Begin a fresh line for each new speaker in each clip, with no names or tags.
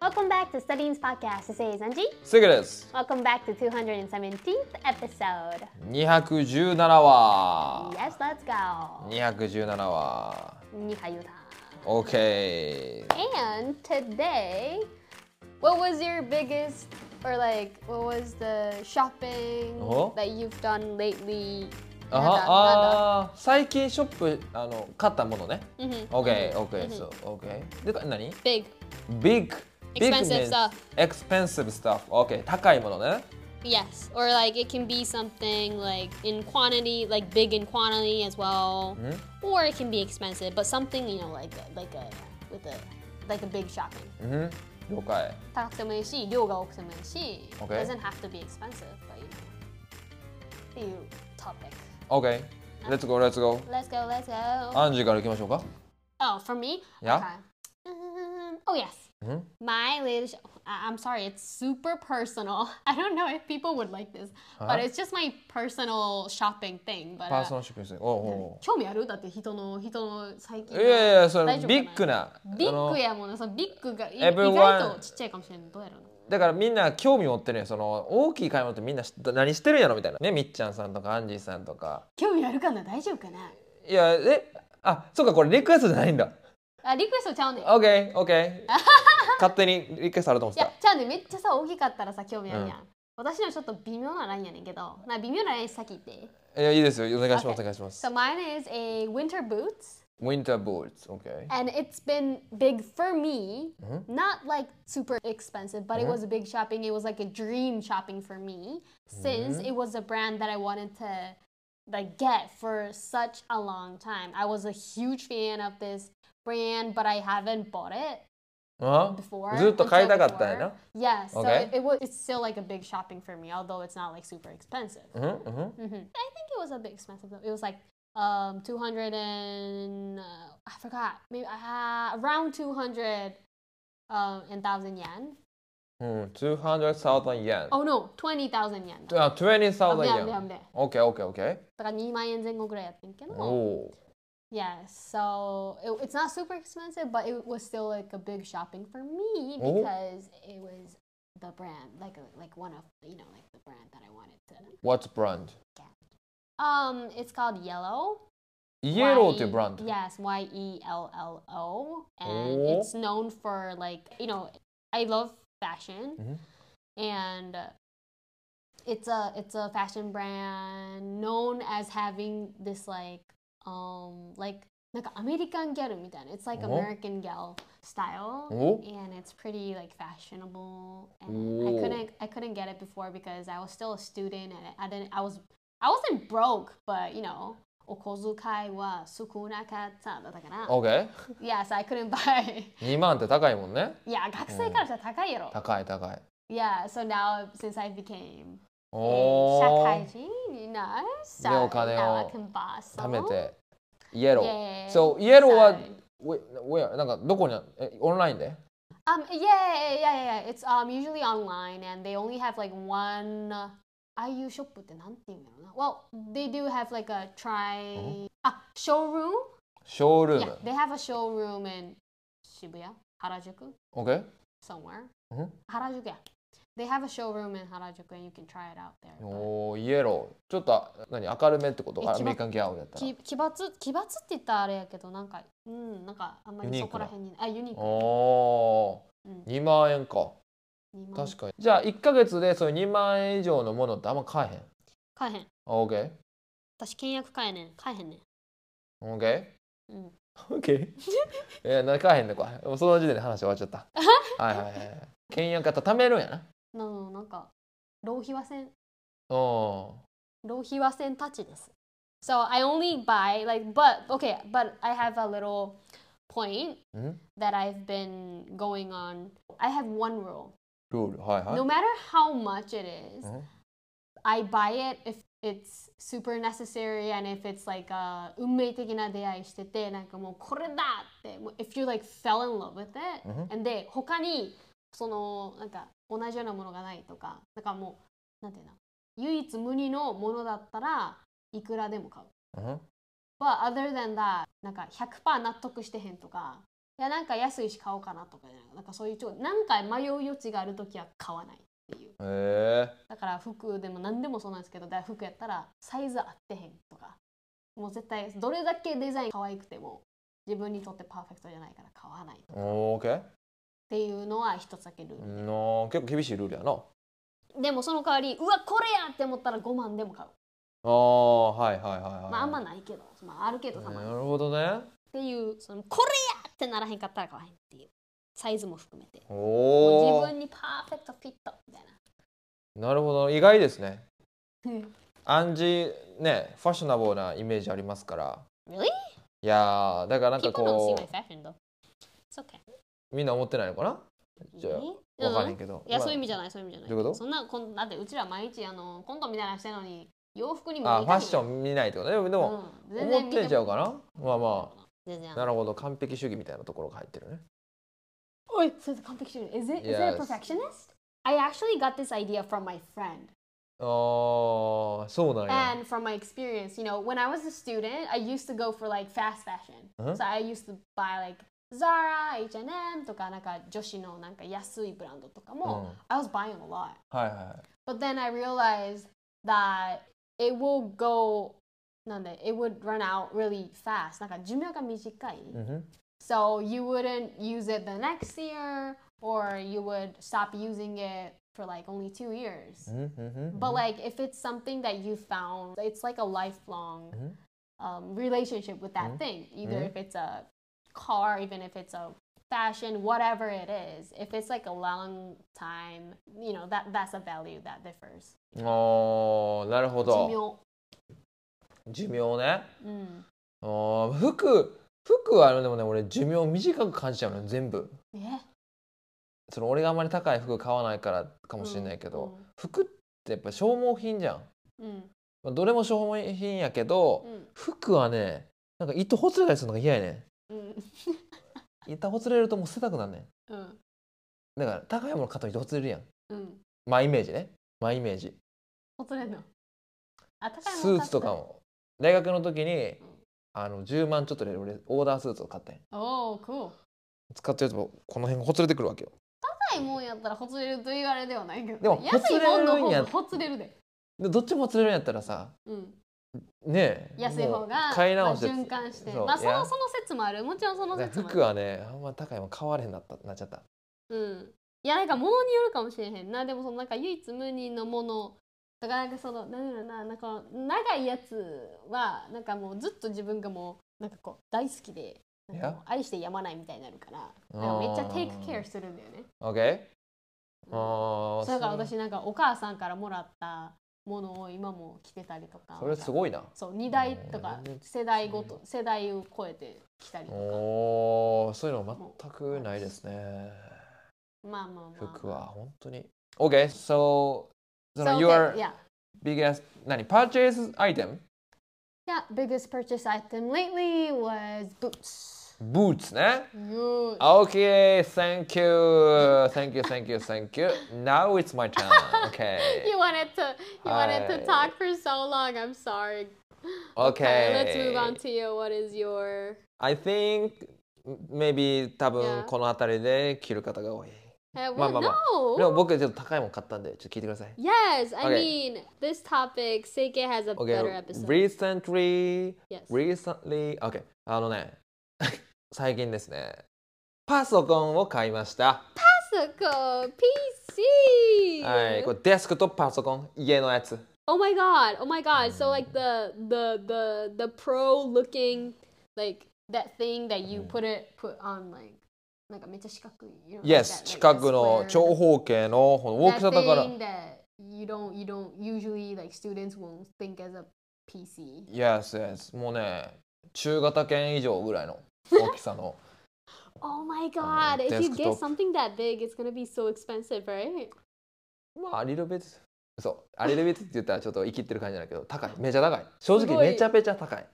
Welcome back to Studying's podcast. This is Anji.
すぐです。
Welcome back to 217th episode.
217話。
Yes, let's go.
217話。
Nihayuta.
OK。
And today, what was your biggest or like what was the shopping
Oh.
that you've done lately?
あはあー最近ショップあの買ったものね。
なんだ。Mhm.
OK、OK、そう、OK。で、か何
Big.
?Big。Big
Expensive
means
stuff.
Expensive stuff. OK。高いものね。
Yes. Or like it can be something like in quantity, like big in quantity as well. Or it can be expensive, but something, you know, like a, like a with a like a big shopping.
うん。了解。
高くてもいいし、量が多くてもいいし、
Okay.
doesn't have to be expensive, but you know. っていう topic.
OK。Let's go, let's go.
Let's go, let's go.
アンジーから行きましょうか。
Oh, for me?
Uh, Yeah.
Okay. Um, oh yes.
Hmm?
My latest. I- I'm sorry, it's super personal. I don't know if people would like this,
Uh-huh.
but it's just my personal shopping thing. But
パー
uh,
ソナルシップですね。おうおうおう。
興味あるだって人の人の最近
い
の
やいや、それ
大丈夫かな
ビッグな。
ビ
あの
ッグやもんなそのビッグがい意
Everyone-
外とちっちゃいかもしれないどうやろうな
だからみんな興味持ってるんよその大きい買い物ってみんなし何してるんやろみたいなねみっちゃんさんとかアンジーさんとか
興味あるかな大丈夫かない
やえあそうかこれリクエストじゃないんだ
あリクエストちゃうねんい
OKOK 勝手にリクエストあると思って
や
た
ちゃうねんめっちゃさ大きかったらさ興味あるやん、私のちょっと微妙なラインやねんけどな微妙なライン先言って
いやいいですよお願いします
Okay.
お願いします
So mine is a winter boots
Winter boots OK
and it's been big for me not like super expensive but it was a big shopping it was like a dream shopping for me since it was a brand that i wanted to like get for such a long time i was a huge fan of this brand but i haven't bought it
あ
before
ずっと買いたかっ
until
たんやな
before. yeah so
Okay.
it, it was it's still like a big shopping for me although it's not like super expensive
うんうん、
hmm I think it was a bit expensive though. It was like um 200 and uh, I forgot. Maybe uh, around 200 um and thousand yen.
うん、200,000 yen
Oh no, 20,000 yen.
あ20,000
Yeah, yeah,
yen
yeah.
OKOKOK
だから2万円前後ぐらいやってんけ
お
ど。
お
Yeah, so it, it's not super expensive, but it was still like a big shopping for me
Oh.
because it was the brand, like a, like one of you know like the brand that I wanted to.
What brand?
Um, it's called Yellow. E
イエローっていうブランド
Yes, Y E L L O. And
Oh.
it's known for like, you know, I love fashion.
Mhm.
And it's a it's a fashion brand known as having this like um like like American gal It's like
Oh.
American gal style.
Oh.
And it's pretty like fashionable. And
Oh.
I couldn't I couldn't get it before because I was still a student and I didn't I was I wasn't broke, but you know,
Oh.
お小遣いは少なかっただから。
OK2
Yeah, so I couldn't buy.
万って高いもんね
Yeah, 学生からしたら高いやろ。
高い高い
Yeah, so now since I became
お
a 社
お
会人, you know, so
で、お金を
now I can buy
貯
some.
めてイエロー。
Yeah.
So イエローは
So-
where- where なんかどこにあえオンラインで
Um, yeah, yeah, yeah, yeah, yeah. It's um usually online, and they only have like one. uh, IU shop ってなんて言うんだろうな Well, they do have like a try. あ、showroom?
ショールー
Yeah,
ム。
they have a showroom in Shibuya, Harajuku,
OK?
somewhere.
うん
Harajuku, yeah. They have a showroom in Harajuku, and you can try it out there. but-
おおイエロー。ちょっと何明るめってこと
え
ア
奇抜
メリカンギャオやったら。
き奇抜奇抜って言ったらあれやけどなんかうんなんかあんまり
ユニ
そ
ー
こ
ク
ら
な
辺にあユニー
お
ク
お
うん
ー。2万円か。
二万
確かに。じゃあ1ヶ月でそういう2万円以上のものってあんま買えへん。
買えへん
OK?
私倹約買えねん買えへんねん
OK?
うん
OK? え、なんか買えへんのか。もうその時点で話終わっちゃった。はいはいはい。倹約方貯めるんやな。
なのなんか浪費はせん
お
浪費はせんたちです。So I only buy like but okay but I have a little point
お。ん
that I've been going on. I have one rule.
ルール。はいはい
No。matter how much it is,
うん
I buy it if it's super necessary and if it's like a 運命的な出会いしててなんかもうこれだってもう if you like fell in love with it、
うん
and で他にそのなんか同じようなものがないとかだからもうなんていうの唯一無二のものだったらいくらでも買う。
うん
But other than that なんか100%納得してへんとかいやなんか安いし買おうかなとかじゃないなんかそういうちょなんか迷う余地がある時は買わないっていう
え
だから服でも何でもそうなんですけどだから服やったらサイズ合ってへんとかもう絶対どれだけデザイン可愛くても自分にとってパーフェクトじゃないから買わないっ
ー、オーケー
ていうのは一つだけルール
うんなー結構厳しいルールやな
でもその代わりうわこれやって思ったら5万でも買う
ああはいはいはいはい、
まああんまないけど、まあ、あるけどたまに
なるほどね
っていうそのこれやってならへんかったら買わへんっていうサイズも含めて
お
もう
お
自分にパーフェクトフィットみたいな
なるほど意外ですね
うん
暗示ねファッショナブルなイメージありますから
Really?
いやーだからなんか
People don't see
こ
my fashion though It's okay
うみんな思ってないのかなじゃあわかんない
い
けど
やそういう意
ま
味じゃないそういう意味じゃない
どういうこと
そんなこんだってうちら毎日あのコントみたいなのしてんのに洋服に
ああファッショ
ン
ン見ないってことねでもでも、思ってんちゃうかなまあま
あ全然
あなるほど完璧主義みたいなところが入ってるね
おいそれ完璧主義 Is it, is it a
Yes.
perfectionist? I actually got this idea from my friend
あーそうなんや
And from my experience, you know, when I was a student, I used to go for like fast fashion.
Uh-huh.
So I used to buy like Zara, H&M とかなんか女子のなんか安いブランドとかも、I was buying a lot.
はいはいはい
But then I realized that it will go なんで it would run out really fast. なんか寿命が短い。
うんふん
So you wouldn't use it the next year or you would stop using it for like only two years.
うんふんふん
But like if it's something that you found, it's like a lifelong um, relationship with that thing. Either if it's a car, even if it's a fashion, whatever it is. If it's like a long time, you know that that's a value that differs.
ああなるほど
Jimyo-
寿命ね
Mm.
あー服服はあのでもね俺寿命短く感じちゃうのよ全部
Yeah.
その俺があんまり高い服買わないからかもしれないけど、服ってやっぱ消耗品じゃん、
Mm.
まあ、どれも消耗品やけど、
Mm.
服はねなんか糸ほつれたりするのが嫌やね
Mm.
ん糸ほつれるともう捨てたくなんねん
Mm.
だから高いもの買ったら糸ほつれるやん
Mm.
まあイメージねまあイメージスーツとかも大学の時にあの10万ちょっとで俺オーダースーツを買ってん
Oh, cool.
使ってるやつもこの辺がほつれてくるわけよ
高いもんやったらほつれると言われではないけど。
でも、ほつ
安い
れるんや。
もんの方がほつれるで。うん。
でどっちもほつれるんやったらさねえ
安い方
も
が
う買い直して
まあ、循環して
そう
まあそ
いや
のその説もあるもちろんその
だか
説
ら
もあ
服
る
はねあんま高いもん買われへんなったなっちゃった
うんいやなんか物によるかもしれへんなでもそのなんか唯一無二のものとかなんかそのなんだろうななんか長いやつはなんかもうずっと自分がもうなんかこう大好きでなんかもう愛してやまないみたいになるからなんかめっちゃテイクケアするんだよね
OK?
うんそ
ああ
うだから私なんかお母さんからもらったものを今も着てたりとか
それすごいな
そう2代とか
うん
世代ごと世代を超えて着たりとか
おおそういうの全くないですね
まあまあまあ
服は本当に OK so, so,
So
your
okay, yeah.
biggest 何 purchase item
Yeah, biggest purchase item lately was boots.
boots ね
Yo-
OK thank you thank you thank you thank you now it's my turn OK
You wanted to you wanted to
I-
talk for so long. I'm sorry.
OK
let's move on to you. What is your
I think maybe 多分
Yeah.
この辺りで着る方が多い
uh,
Ma-
well,
ma- ma.
no?
でも僕ちょっと高いもん買ったんでちょっと聞いてください
Yes, I
Okay.
mean this topic. Seike has a
Okay,
better episode.
recently,
yes.
recently, okay, あのね、 最近ですね、パソコンを買いました。
Classical PC.
はい、これデスクとパソコン、家のやつ。
Oh my god! Oh my god! So like the the the the pro looking like that thing that
Mm.
you put it put on like なんかめっちゃ四角い。You know, like that,
Yes、近くの
square.
長方形のこの大きさ
That
だから。
thing that you don't you don't usually like students won't think as a PC.
Yes, yes、もうね、中型犬以上ぐらいの大きさの。
Oh my god! If you get
desktop.
something that big, it's gonna be so expensive, right?
まあ、アリルベッツ、そう、アリルベッツって言ったらちょっと生きってる感じだけ ど、高い、めちゃ高い。正
す
直
ごい
めちゃめちゃ高 い。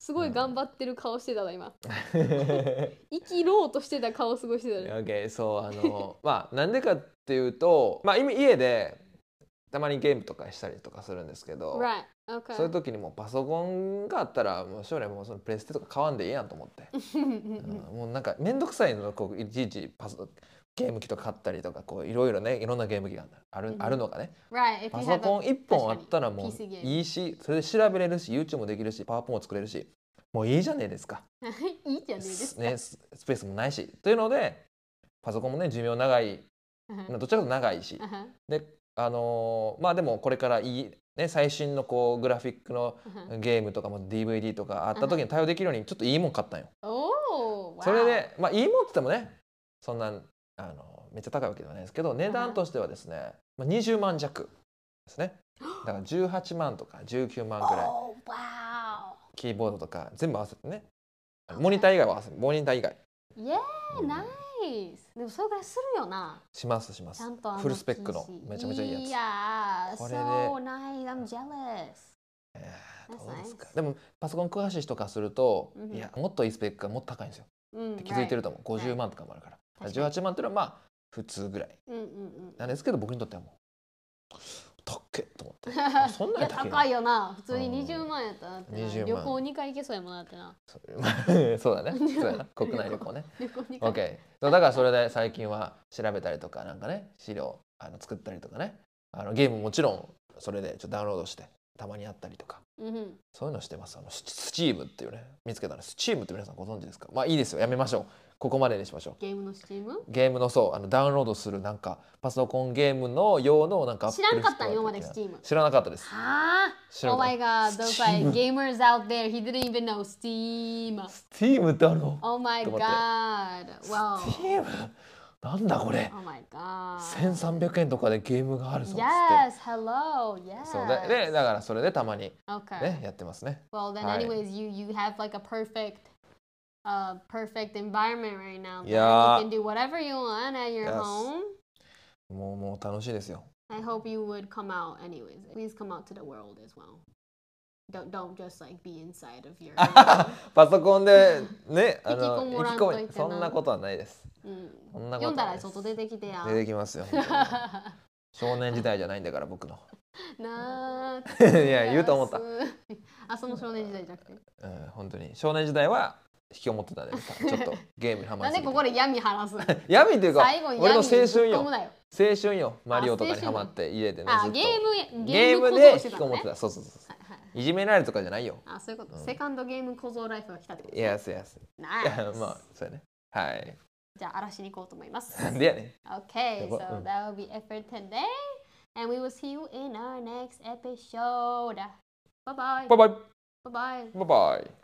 すごい
Mm.
頑張ってる顔してたな今。生きろうとしてた顔すごいしてたね。
OK そうあのまあなんでかっていうとまあ今家でたまにゲームとかしたりとかするんですけど、
Right.
そうい
Okay.
う時にもうパソコンがあったらもう将来もうそのプレステとか買わんでいいやんと思って、うんもうなんか面倒くさいのこういちいちパソゲーム機とか買ったりとかこういろいろねいろんなゲーム機がある,、あるのがね
Right. If
パ
you
ソ
have
コン
a
1本あったらも
確かに PC ゲー
う
ム
いいしそれで調べれるし YouTube もできるしパワーポンも作れるしもういいじゃねえですか。
いいじゃないです
す
か。
ね、ススペースもないしというのでパソコンもね寿命長い どちらかというと長いし
うんうん
であのーまあでもこれからいい、ね、最新のこうグラフィックの
う
ゲームとかも DVD とかあった時に対応できるようにちょっといいもん買ったんよ。
おお。
それでまあいいもんって言ってもねそんなあのめっちゃ高いわけではないですけど値段としてはですね、まあ、20万弱ですねだ から18万とか19万ぐらい
Oh, wow.
キーボードとか全部合わせてねモニター以外は合わせてモニター以外
Yeah, nice. でもそれぐらいするよな。
しますしま
ち
す
ゃんとあの
フルスペックの
PC
めちゃめちゃいいや
Yeah,
つこれで
so nice. I'm jealous.
えー
That's
どうですか
nice.
でもパソコン詳しい人からすると、
Mhm.
いやもっといいスペックがもっと高いんですよ
うん。
気づいてると思う、
Right.
50万とかもあるから
確かに
18万っていうのはまあ普通ぐらい
Right. うんうんうん。
なんですけど僕にとってはもう高っけと思って そんなん
いや
高い
高いよな。普通
うん
に20万やったらだってな。
20万
旅行2回行けそうやもんなだって な。
そうそうだ ねそうだな国内旅行ね
旅行2
OK
回。
そうだからそれで最近は調べたりとかなんかね資料あの作ったりとかねあのゲームもちろんそれでちょっとダウンロードしてたまにやったりとか
うんうん。
そういうのしてますあのススチームっていうね見つけたのスチームって皆さんご存知ですかまあいいですよやめましょうここまでにしましょう
ゲームのスチーム
ゲームのそうあのダウンロードするなんかパソコンゲームの用のなんか
知らんかったん
Apple Store
今まで
的な
Steam
知らなかったです
はあ
知らん
Oh
か
my god, those like gamers out there, he didn't even know Steam.
スチームってあるの
Oh my
ちょっと
god. Wow.
スチームなんだこれ
Oh my god.
1300円とかでゲームがあるそうですって
Yes, hello.
そうだで
Yes.
だからそれでたまに
Okay.
ねやってますね
Well, then
はい
anyways, you you have like a perfect uh perfect environment right now. that
Yeah.
You can do whatever you want at your
Yes.
home.
もうもう楽しいですよ
I hope you would come out anyways. Please come out to the world as well. Don't don't just like be inside of your
パソコ ンでねあ
引きこ
の
もらん
引きことも
いてな
そんなことはないです
うん
そんなこと
読んだ
は
ら
ないです
外出てきてや。
出てきま すよ少年時代じゃないんだから僕の
なあ。
いや言うと思 った、
あ、その少年時代じゃなくて。
うん、本当に少年時代は引きこもってたねちょっとゲームにハマ
な
り
ん
す
で
ぎて
ここで闇話すの。
闇っていうか
最後に
俺の
闇にぶっ
青春
込
よ
むなよ。
青春よマリオとかにハマって家でねず
あ、
っと
ゲーム
ゲーム
小
で
僧して
引き
た
こ
の
もっ
ね
てたそうそうそう
はいはい
いじめられるとかじゃないよ
あ、そういうこと。セカンドゲーム小僧ライフが来たってこと。
いやすいやす
ない い
や。まあそうやね はい
じゃあ嵐に行こうと思います。
なんでやねん
Okay,
やば
so
うん
that will be it for today, and we will see you in our next episode. Bye bye.
バイバ
Bye
イ
bye.
バイバイ